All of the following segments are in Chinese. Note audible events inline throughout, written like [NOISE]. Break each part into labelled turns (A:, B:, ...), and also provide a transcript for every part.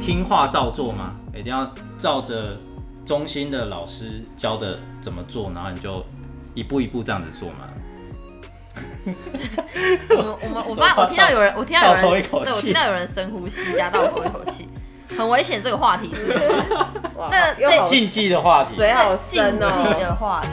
A: 听话照做嘛，一定要照着中心的老师教的怎么做，然后你就一步一步这样子做嘛。
B: 我们我们我发我听到有人我听到有
A: 倒抽一
B: 人
A: 口气
B: 对我听到有人深呼吸加倒抽一口气，很危险这个话题是不是？
C: 哇
B: 那
C: 又
B: 这
C: 好
A: 禁忌的话题，
C: 水 [LAUGHS] 好
B: 禁
C: 深
B: 忌
C: 哦。
B: 的话题。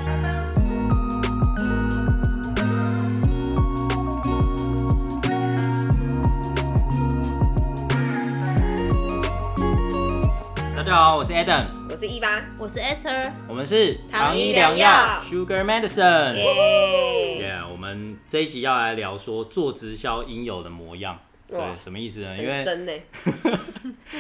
A: 大家好，我是 Adam，
C: 我是一八，
B: 我是 Esther，
A: 我们是
C: 糖衣良药
A: Sugar Medicine。
B: 哎
C: 耶，
A: Yeah，我们这一集要来聊说做直销应有的模样。对
C: 哇，
A: 什么意思呢？因
C: 很
A: 为
C: 深呢。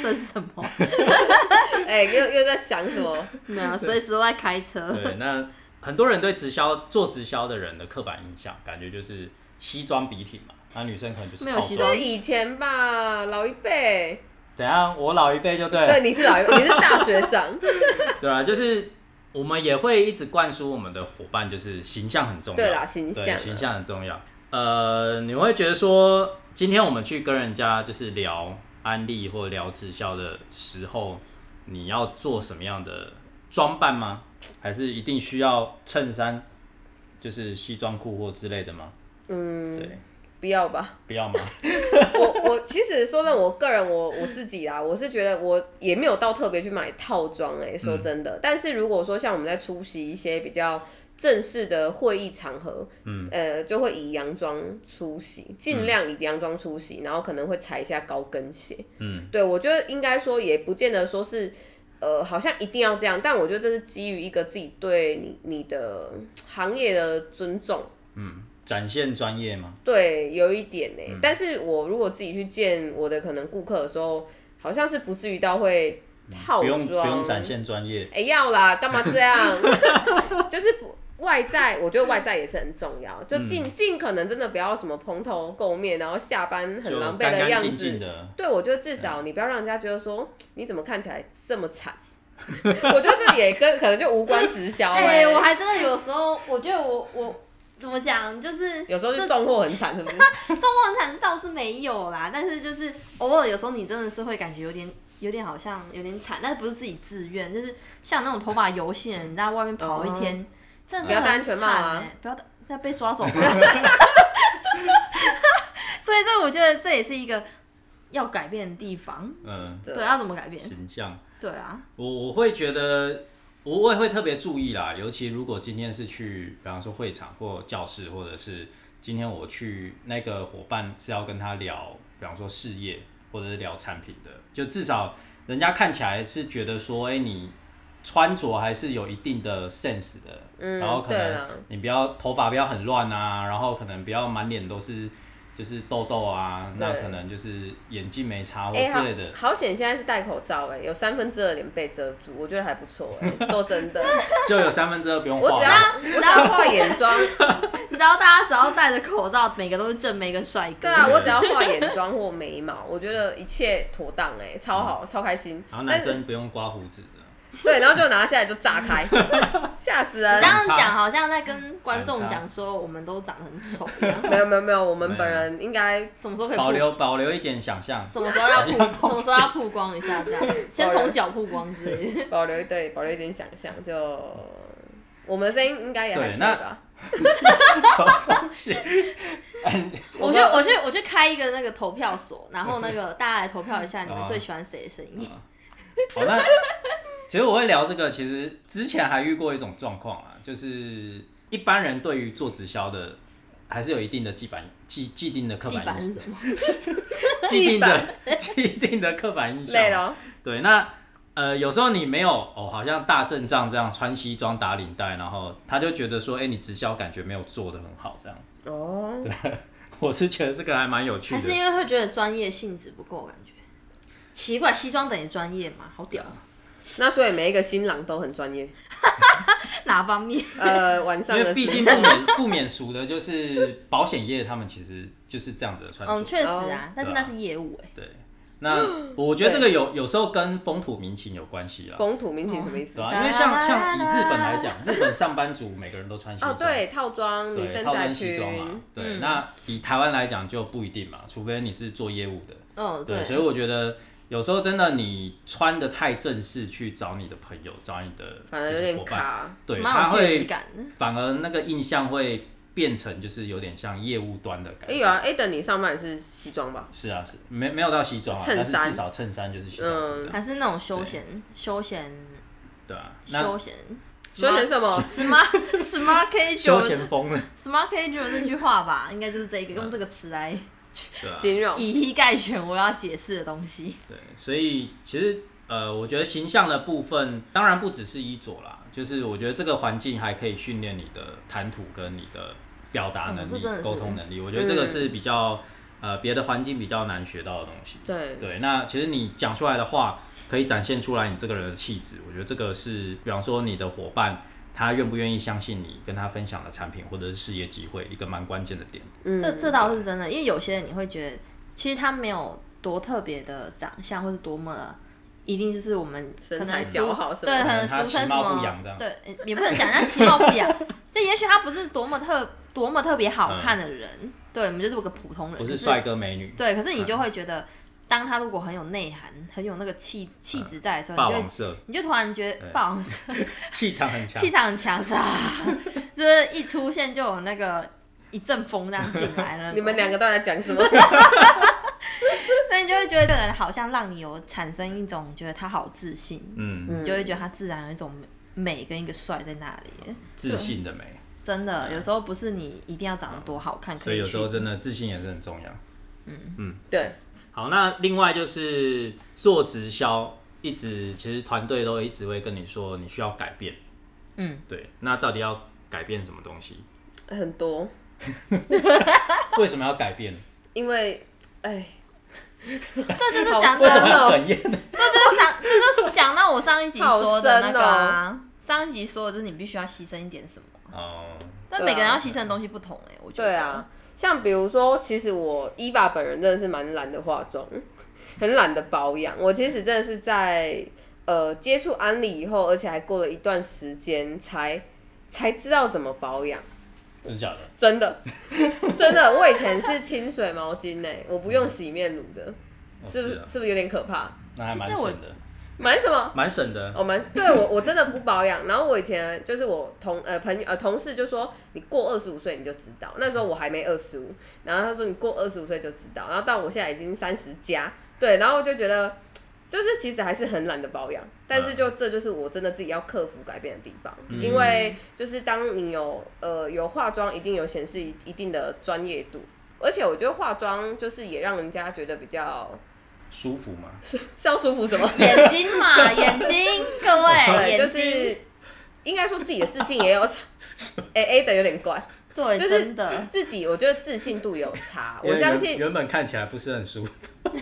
B: 生什么？ [LAUGHS]
C: 哎，又又在想
A: [LAUGHS]
C: 什么？
B: 没有，随时都在开车。
A: 对，那很多人对直销做直销的人的刻板印象，感觉就是西装笔挺嘛，那女生可能就是
B: 没有
A: 套
B: 西
A: 装
C: 就是以前吧，老一辈。
A: 怎样？我老一辈就对了，
C: 对，你是老一辈，你是大学长。
A: 对啊，就是我们也会一直灌输我们的伙伴，就是形象很重要。
C: 对啦，形
A: 对，
C: 象。
A: 形象很重要。呃，你会觉得说，今天我们去跟人家就是聊安利或聊直销的时候，你要做什么样的装扮吗？还是一定需要衬衫，就是西装裤或之类的吗？
C: 嗯，
A: 对，
C: 不要吧。
A: 不
C: [LAUGHS]
A: 要吗？
C: 我我其实说真的，我个人我我自己啦，我是觉得我也没有到特别去买套装哎、
A: 嗯
C: 说真的。但是如果说像我们在出席一些比较正式的会议场合，嗯，呃，就会以洋装出席，尽量以洋装出席，然后可能会踩一下高跟鞋。
A: 嗯，
C: 对我觉得应该说也不见得说是。呃，好像一定要这样，但我觉得这是基于一个自己对你你的行业的尊重，
A: 展现专业吗？
C: 对，有一点
A: 嗯
C: 呢、但是我如果自己去见我的可能顾客的时候，好像是不至于到会套
A: 嗯不用不用
C: 装。
A: 展现专业。
C: 哎、要啦，干嘛这样？ [LAUGHS] 就是不外在，我觉得外在也是很重要。
A: 嗯
C: 就尽尽、可能真的不要什么蓬头垢面，然后下班很
A: 就
C: 狼狈
A: 干
C: 的
A: 干
C: 样子。
A: 净净的，
C: 对，我觉得至少你不要让人家觉得说你怎么看起来这么惨。 [LAUGHS] 我觉得这也跟可能就无关直销哎、
B: 哎、我还真的有时候，我觉得我我怎么讲，就是
C: 有时候就
B: 这
C: 送货很惨，是不是？
B: 送货产倒是没有啦，但是就是偶尔有时候你真的是会感觉有点有点好像有点惨，但是不是自己自愿，就是像那种头发油性的人，你在外面跑一天，真的是
C: 嗯不要戴
B: 很
C: 安全帽
B: 惨
C: 啊
B: 欸不要戴要被抓走。 [LAUGHS] 所以这我觉得这也是一个要改变的地方，
A: 嗯，
C: 对啊
B: 对，要啊怎么改变？
A: 形象。
B: 对啊，
A: 我我会觉得，我我也会特别注意啦，尤其如果今天是去，比方说会场或教室，或者是今天我去那个伙伴是要跟他聊，比方说事业或者是聊产品的，就至少人家看起来是觉得说，哎、你穿着还是有一定的 sense 的，
C: 嗯
A: 然后可
C: 对
A: 能
C: 啦
A: 你不要头发不要很乱啊，然后可能不要满脸都是。就是痘痘啊，那
C: 对
A: 可能就是眼镜没擦或
C: 哎、
A: 哦之类的。
C: 好好险，现在是戴口罩哎、有三分之二脸被遮住，我觉得还不错哎、
A: [LAUGHS]
C: 说真的，
A: 就有三分之二不用
C: 我
A: 化
C: 只
A: 了
C: 要我只要画眼妆，
B: 你知道大家只要戴着口罩，每个都是正妹跟帅哥。
C: 对啊，我只要画眼妆或眉毛，我觉得一切妥当哎、超好，超开心。
A: 嗯然后男
C: 但是
A: 生不用刮胡子的，
C: 对，然后就拿下来就炸开，吓死人
B: 这！样讲好像在跟观众讲说我们都长得很丑一样， [LAUGHS]
C: 没有没有没有，我们本人应该
B: 什么时候可以
A: 保
B: 曝
A: 留保留一点想象。
B: 什么时候要
A: [LAUGHS]
B: 曝，什么时候要曝光一下，这样先从脚曝光之类
A: [LAUGHS]
B: 的。
C: [LAUGHS] 保留对保留一点想象，就我们的声音应该也还可
A: 对
C: 以
A: 那
C: 吧。
A: 什么东西？
B: 我去，我去，我去开一个那个投票所，然后那个大家来投票一下，你们最喜欢谁的声
A: [LAUGHS]
B: 音？
A: 哦好，那其实我会聊这个，其实之前还遇过一种状况啊，就是一般人对于做直销的。还是有一定的既板既既定的刻
B: 记
A: 板
B: 板是
A: 印
B: 什么？
A: 象，既定的既定的刻板印象。
C: 累了，
A: 对，那呃，有时候你没有哦，好像大阵仗这样穿西装打领带，然后他就觉得说，哎、你直销感觉没有做的很好这样。
C: 哦，
A: 我是觉得这个还蛮有趣
B: 还
A: 的
B: 是。因为会觉得专业性质不够，感觉奇怪，西装等于专业嘛？好
A: 啊
B: 屌，
C: 那所以每一个新郎都很专业。
B: 哪
A: [LAUGHS]
B: 方面？
C: 呃，晚上
A: 因为
C: 的
A: 毕
C: 事
A: 竟不免不免俗的，就是保险业他们其实就是这样子的穿着。
B: 嗯，确实
A: 哦
B: 啊，但是那是业务哎。
A: 对，那我觉得这个有有时候跟风土民情有关系啦，
C: 风土民情什么意思
A: 对？吧、啊因为像像以日本来讲，日本上班族每个人都穿西装，
C: 哦，对，套装
A: 对，
C: 女生
A: 套
C: 在
A: 装西
C: 裙，嗯
A: 装嘛。对，那以台湾来讲就不一定嘛，除非你是做业务的。
B: 嗯，
A: 对，所以我觉得有时候真的你穿的太正式去找你的朋友，找你的
C: 反正
A: 就
C: 有
A: 是
C: 点
A: 伙伴，
C: 卡。
A: 对，他
B: 蛮有距离
A: 会
B: 感的。
A: 反而那个印象会变成就是有点像业务端的感
C: 哎
A: 觉。
C: 有啊，Aden 你上班也是西装吧？
A: 是啊，是没没有到西装啊，
C: 衬
A: 但是
C: 衫
A: 至少衬衫就是西装，
C: 嗯
A: 对啊
B: 还是那种休闲、休闲、
A: 对啊，那
B: 休闲、
C: 休闲什么？
B: smart smart
A: 休
B: casual
A: 闲风呢？
B: smart casual 这句话吧， [LAUGHS] 应该就是这一个用这个词来
A: 对啊，
C: 形容
B: 以一概全我要解释的东西。
A: 对，啊所以其实呃，我觉得形象的部分当然不只是衣着啦，就是我觉得这个环境还可以训练你的谈吐跟你的表达能
B: 嗯这
A: 力
B: 真的、是
A: 沟、通能力。我觉得这个是比较、呃别的环境比较难学到的东西。
C: 对，
A: 对，那其实你讲出来的话，可以展现出来你这个人的气质。我觉得这个是，比方说你的伙伴。他愿不愿意相信你跟他分享的产品或者是事业机会，一个蛮关键的点。
C: 嗯
B: 这这倒是真的，因为有些人你会觉得，其实他没有多特别的长相，或是多么的，一定就是我们
C: 身
B: 可能
C: 材
B: 俗
C: 姣好什么
B: 对，
C: 的
B: 可能
A: 可能他
B: 俗称
A: 其
B: 什
A: 貌不
B: 么
A: 扬这样，
B: 对，呃也不能讲人家其貌不扬，就也许他不是多么特多么特别好看的人，对我们就是个普通人，
A: 嗯不
B: 可
A: 是帅嗯哥美女，
B: 对，可是你就会觉得，当他如果很有内涵、很有那个气气质在的时候，
A: 霸
B: 你就
A: 王
B: 会
A: 色，
B: 你就突然觉得
A: 对
B: 霸王色
A: 气场很强
B: 气。场很强是吧？
C: [LAUGHS]
B: 就是一出现就有那个一阵风这样进来了。
C: [LAUGHS] 你们两个到底在讲 [LAUGHS] 什么？
B: 所以你就会觉得这个人好像让你有产生一种觉得他好自信，
A: 嗯，
B: 你就会觉得他自然有一种美跟一个帅在那里。
A: 自信的美，
B: 真的，有时候不是你一定要长得多好看，可
A: 所以有
B: 去
A: 时候真的自信也是很重要。
C: 对，
A: 好，那另外就是做直销，一直其实团队都一直会跟你说你需要改变，
B: 嗯，
A: 对，那到底要改变什么东
B: [LAUGHS]
A: 西？
C: 很多，
A: 为什么要改变？
C: 因为哎，
B: 这就是
C: 好
B: 讲
C: 深哦
A: 为什
B: 的
A: 么要哽咽呢？
B: 这上，这就是讲到我上一集说的那个、
C: 好
B: 啊上一集说的就是你必须要牺牲一点什么，
A: 哦，
B: 但
C: 对啊
B: 每个人要牺牲的东西不同哎、我觉得。
C: 对啊，，像比如说，其实我伊爸本人真的是蛮懒的化妆，很懒的保养。我其实真的是在呃接触安利以后，而且还过了一段时间才才知道怎么保养。
A: 真的假的？
C: 真的，真的，我以前是清水毛巾呢、我不用洗面乳的，
A: 哦
C: 是不是
A: 是啊，
C: 是不是有点可怕？
A: 那还蛮
B: 其实
A: 省
B: 我
A: 的，
C: 买什么？
A: 蛮省的。
C: 我们 [LAUGHS] 对我我真的不保养，然后我以前就是我同呃朋友呃同事就说你过二十五岁你就知道，那时候我还没二十五，然后他说你过二十五岁就知道，然后到我现在已经三十加，对，然后我就觉得就是其实还是很懒得保养，但是就这就是我真的自己要克服改变的地方，因为就是当你有呃有化妆，一定有显示一一定的专业度，而且我觉得化妆就是也让人家觉得比较 [LAUGHS]
A: 舒服嘛，
C: 是是要舒服什么。
B: 眼睛嘛，眼睛，各位，
C: [LAUGHS] 对，就
B: 眼睛，
C: 是应该说自己的自信也有差。 [LAUGHS] 哎 A 的有点怪，
B: 对，
C: 就是
B: 真 [LAUGHS] 的。
C: 自己我觉得自信度有差，
A: 因
C: 我
A: 为
C: 相
A: 原
C: 信。
A: 原本看起来不是很舒服，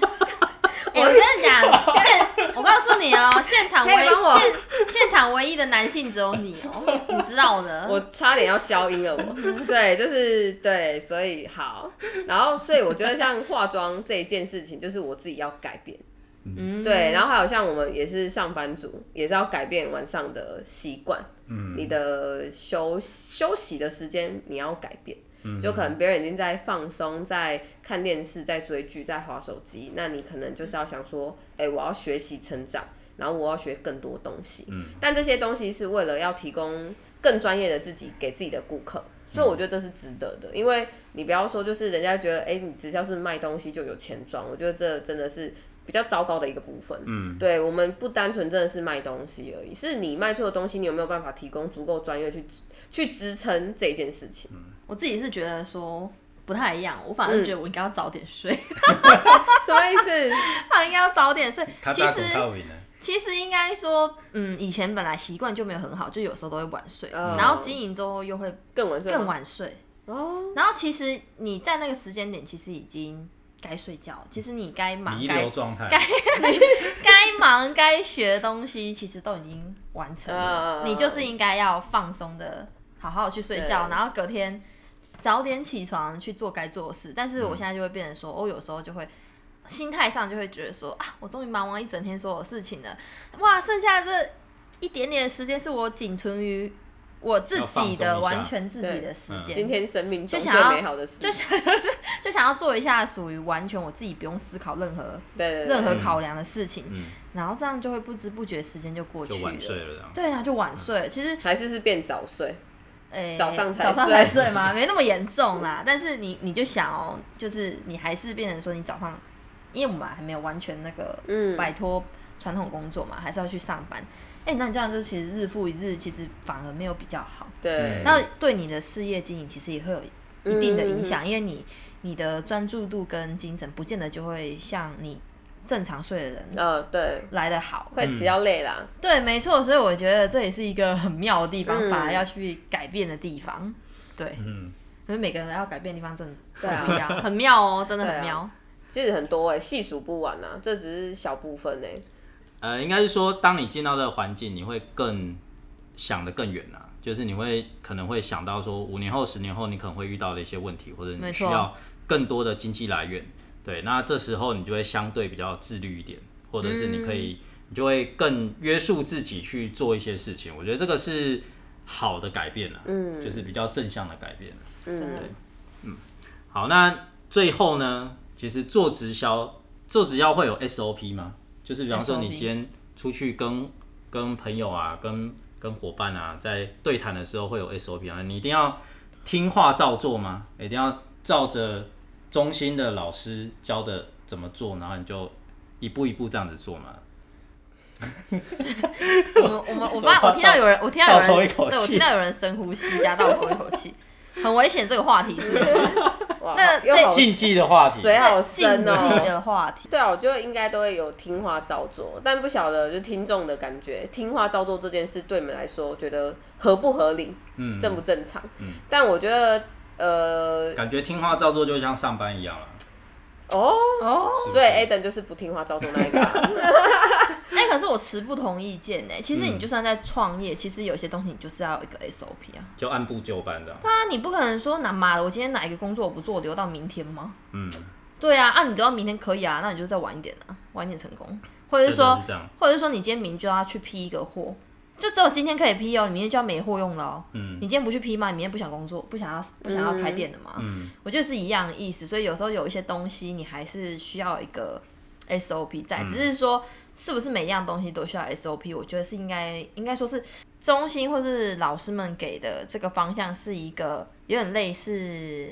B: 哎、我跟你讲，现我告诉你哦、现场唯
C: 可以帮我
B: 现现场唯一的男性只有你哦、你知道的。
C: 我差点要消音了我，对，就是对，所以好，然后所以我觉得像化妆这一件事情，就是我自己要改变，
B: 嗯，
C: 对，然后还有像我们也是上班族，也是要改变晚上的习惯，
A: 嗯
C: 你的休休息的时间你要改变，就可能别人已经在放松，在看电视，在追剧，在划手机，那你可能就是要想说，哎、我要学习成长，然后我要学更多东西，但这些东西是为了要提供更专业的自己给自己的顾客。所以我觉得这是值得的，因为你不要说就是人家觉得，哎、你直销是卖东西就有钱赚，我觉得这真的是比较糟糕的一个部分。嗯，对我们不单纯真的是卖东西而已，是你卖出的东西，你有没有办法提供足够专业去支去支撑这件事情？
B: 我自己是觉得说不太一样，我反而觉得我应该要早点睡，
C: 什么意思？
B: [LAUGHS] 我应该要早点睡。
A: 他
B: 其
A: 大
B: 实
A: 口靠饼呢，
B: 其实应该说，嗯，以前本来习惯就没有很好，就有时候都会晚睡，
C: 嗯
B: 然后经营之后又会
C: 更晚睡吗
B: 更晚睡，
C: 哦，
B: 然后其实你在那个时间点其实已经该睡觉，其实你该忙
A: 弥留
B: 该
A: 状态，
B: 该忙该学的东西其实都已经完成了，
A: 呃
C: 嗯嗯嗯
B: 你就是应该要放松的，好好去睡觉，
C: 对
B: 然后隔天早点起床去做该做的事。但是我现在就会变成说，我、哦有时候就会。心态上就会觉得说啊，我终于忙完一整天所有事情了，哇，剩下这一点点的时间是我仅存于我自己
A: 要放松一
B: 的
A: 下
B: 完全自己的时
C: 今
A: 嗯
B: 间，
C: 天生命中
B: 就
C: 最
B: 想要
C: 美好的事，
B: 就想就想要做一下属于完全我自己不用思考任何
C: 对对对
B: 任何
A: 嗯
B: 考量的事情，
A: 嗯，
B: 然后这样就会不知不觉时间就过去
A: 就晚睡
B: 了。
A: 了这样。
B: 对啊，就晚睡。其实，
C: 还是是变早睡，
B: 诶、
C: 早上才
B: 哎早上
C: 睡
B: 才睡吗？没那么严重啦。但是你你就想哦，就是你还是变成说你早上，因为我们还没有完全那个
C: 嗯，
B: 摆脱传统工作嘛，还是要去上班。哎、那你这样就其实日复一日，其实反而没有比较好。
C: 对
A: 嗯，
B: 那对你的事业经营其实也会有一定的影
C: 嗯
B: 响，因为你你的专注度跟精神，不见得就会像你正常睡的人
C: 呃，对，
B: 来的好。
C: 会比较累啦，
B: 对，没错，所以我觉得这也是一个很妙的地方，
C: 嗯
B: 反而要去改变的地方。对，
A: 嗯，
B: 可是每个人要改变的地方真的
C: 对啊
B: 不一样，很妙哦，真的
C: 对
B: 很
C: 啊
B: 妙。
C: 其实很多哎、细数不完呐、这只是小部分哎、
A: 呃，应该是说，当你进到这个环境，你会更想得更远啊，就是你会可能会想到说，五年后、十年后，你可能会遇到的一些问题，或者
B: 没
A: 你需
B: 错
A: 要更多的经济来源。对，那这时候你就会相对比较自律一点，或者是你可
B: 嗯
A: 以，你就会更约束自己去做一些事情。我觉得这个是好的改变啊，
C: 嗯
A: 就是比较正向的改变。啊 [LAUGHS]
B: 真的
C: 嗯，
A: 好，那最后呢，其实做直销，做直销会有 SOP 吗？就是比方说
B: SOP
A: 你今天出去跟跟朋友啊，跟跟伙伴啊，在对谈的时候会有 SOP 啊，你一定要听话照做吗？一定要照着中心的老师教的怎么做，然后你就一步一步这样子做嘛。
B: 我们我们我发我听到有人我听到有
A: 倒抽一
B: 人
A: 口
B: 对我
A: 气
B: 听到有人深呼吸加倒抽一口气，很危险这个话题是不 [LAUGHS] 是？
C: 哇
B: 那
C: 又
B: 这
C: 好
A: 禁忌的话题，
B: 啊
C: 水好深
B: 禁忌
C: 哦、
B: 的话题，
C: 对啊，我觉得应该都会有听话照做，但不晓得就听众的感觉，听话照做这件事对你们来说，觉得合不合理，
A: 嗯，
C: 正不正常？但我觉得，呃，
A: 感觉听话照做就像上班一样了。啊
C: 哦，
B: 哦。
C: 所以 Aden 就是不听话照做那一
A: [LAUGHS]
C: 个啊、
B: 哎、可是我持不同意见呢、其实
A: 嗯
B: 你就算在创业，其实有些东西你就是要有一个 SOP 啊。
A: 就按部就班的，
B: 对啊，你不可能说那妈的，我今天哪一个工作我不做，我留到明天吗？
A: 嗯，
B: 对啊，啊你留到明天可以啊，那你就再晚一点啊，晚一点成功，或者是
A: 真的
B: 说
A: 是，这样，
B: 或者是说你今天明天就要去批一个货，就只有今天可以批哦，你明天就要没货用了哦。
A: 嗯
B: 你今天不去批吗？你明天不想工作，不想要不想要开店的吗？
A: 嗯，
B: 我觉得是一样的意思，所以有时候有一些东西你还是需要一个 SOP 在，
A: 嗯
B: 只是说是不是每一样东西都需要 SOP？我觉得是应该应该说是中心或是老师们给的这个方向是一个有点类似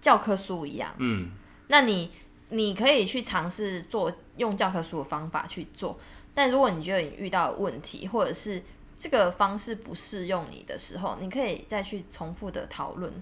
B: 教科书一样，
A: 嗯，
B: 那你你可以去尝试做用教科书的方法去做，但如果你觉得你遇到问题，或者是这个方式不适用你的时候，你可以再去重复的讨论，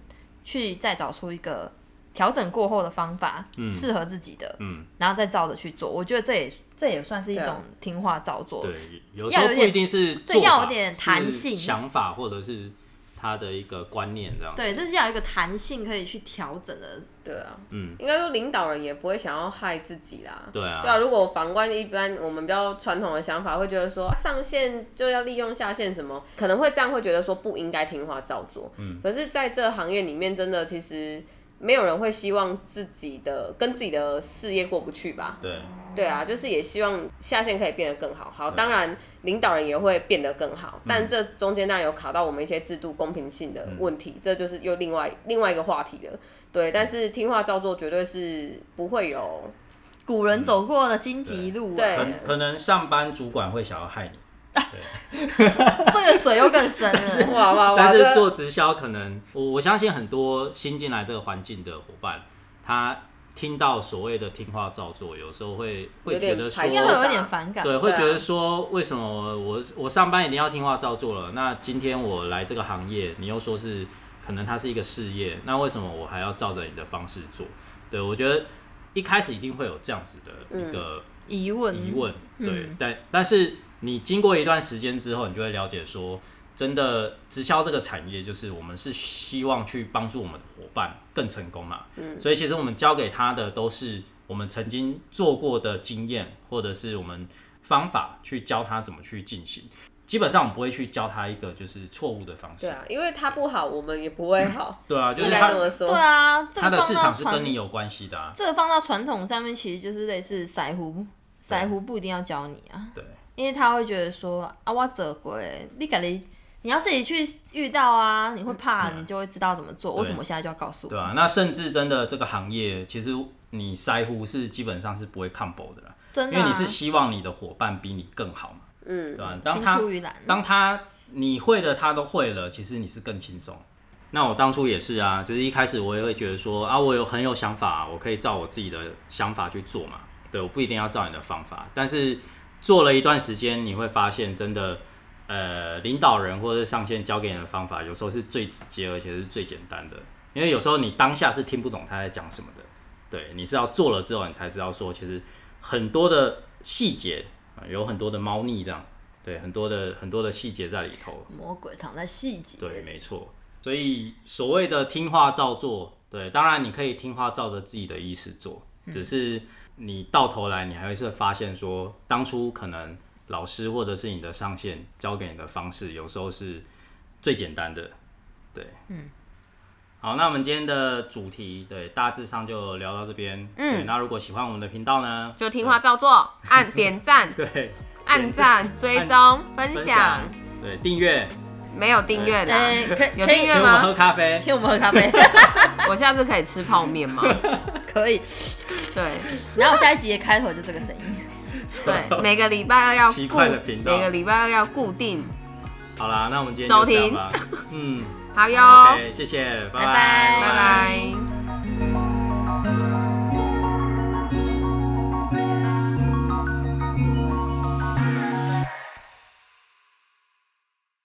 B: 去再找出一个调整过后的方法，适、合自己的，
A: 嗯，
B: 然后再照着去做。我觉得这也这也算是一
C: 对啊
B: 种听话照做。
A: 对，有时候
B: 要
A: 不
B: 有点
A: 一定是
B: 对
A: 做法
B: 要有点弹性啊
A: 是想法或者是他的一个观念这样。
B: 对，这是要有一个弹性可以去调整的。
C: 对啊，
A: 嗯，
C: 应该说领导人也不会想要害自己啦。
A: 对啊，
C: 对啊，如果反观一般我们比较传统的想法，会觉得说上线就要利用下线什么，可能会这样会觉得说不应该听话照做。嗯，可是在这行业里面，真的其实没有人会希望自己的跟自己的事业过不去吧？
A: 对，
C: 对啊，就是也希望下线可以变得更好。好，当然领导人也会变得更好，
A: 嗯
C: 但这中间当然有卡到我们一些制度公平性的问
A: 嗯
C: 题，这就是又另外另外一个话题了。对，但是听话照做绝对是不会有。
A: [LAUGHS]
B: 古
A: 嗯
B: 人走过的荆棘路、啊，
C: 对
A: 可能可能上班主管会想要害你，
B: 这个水又更深
C: [LAUGHS]
B: 了。
C: 哇哇哇！
A: 但
C: 这
A: 是做直销可能我我相信很多新进来这个环境的伙伴，他听到所谓的听话照做，有时候会会
C: 有点
A: 觉得
C: 排
A: 说
B: 应
C: 斥
B: 该会有一点反感。
A: 对，会
C: 对啊
A: 觉得说为什么我我上班一定要听话照做了？那今天我来这个行业，你又说是可能它是一个事业，那为什么我还要照着你的方式做？对我觉得一开始一定会有这样子的
C: 嗯
A: 一个
B: 疑问，
A: 疑问，
B: 嗯
A: 对，
B: 嗯
A: 但但是你经过一段时间之后，你就会了解说，真的直销这个产业，就是我们是希望去帮助我们的伙伴更成功嘛，嗯，所以其实我们教给他的都是我们曾经做过的经验，或者是我们方法去教他怎么去进行。基本上我们不会去教他一个就是错误的方式
C: 对，啊，因为他不好，我们也不会好，
A: 对啊，就
C: 应
A: 是
C: 该
A: 他
C: 这么说。
B: 对啊，这
A: 他
B: 个
A: 的市
B: 放到
A: 场是
B: 传，
A: 跟你有关系的啊，
B: 这个放到传统上面，其实就是类似腮胡，腮胡不一定要教你啊，
A: 对，
B: 因为他会觉得说啊，我做过的，你家己你要自己去遇到啊，你会怕，
A: 嗯
B: 你就会知道怎么做。
A: 对
B: 为什么我现在就要告诉
A: 对
B: 我？
A: 啊，那甚至真的这个行业，其实你筛呼是基本上是不会看 o 的啦，
B: 真的、
A: 因为
B: 啊，
A: 你是希望你的伙伴比你更好嘛，对，
C: 嗯
A: 吧、当
B: 青
A: 他
B: 出于蓝。
A: 当他你会的他都会了，其实你是更轻松。那我当初也是啊，就是一开始我也会觉得说啊，我有很有想法啊、我可以照我自己的想法去做嘛。对，我不一定要照你的方法，但是做了一段时间，你会发现真的，呃，领导人或者上线教给你的方法，有时候是最直接而且是最简单的，因为有时候你当下是听不懂他在讲什么的。对，你是要做了之后，你才知道说，其实很多的细节啊、有很多的猫腻这样。对，很多的很多的细节在里头。
B: 魔鬼藏在细节。
A: 对，没错。所以所谓的听话照做，对，当然你可以听话照着自己的意思做，
C: 嗯
A: 只是你到头来你还会是发现说，当初可能老师或者是你的上线教给你的方式，有时候是最简单的。对，嗯。好，那我们今天的主题，对，大致上就聊到这边。
C: 嗯
A: 对那如果喜欢我们的频道呢，、
C: 就听话照做，按点
A: [LAUGHS]
C: 赞
A: 对，
C: 按赞、追踪、分享，，
A: 对，订阅，
C: 没有订阅的，
B: 呃，可以
C: 有
B: 可
C: 订
B: 以
C: 阅
A: 请我
C: 吗
A: 们喝咖啡。
B: 请我们喝
A: [LAUGHS]
B: 咖啡，
C: 我下次可以吃泡面吗？
B: 可以。
C: 对
B: 然后下一集的开头就这个声音。
C: 对，每个礼拜二要
A: 奇
C: 固，
A: 怪的频道
C: 每个礼拜二要固定，
A: 好啦，那我们今天就这样吧。嗯
C: 好哟，
A: ，OK，谢谢，拜
B: 拜
C: 拜
A: 拜
C: 拜。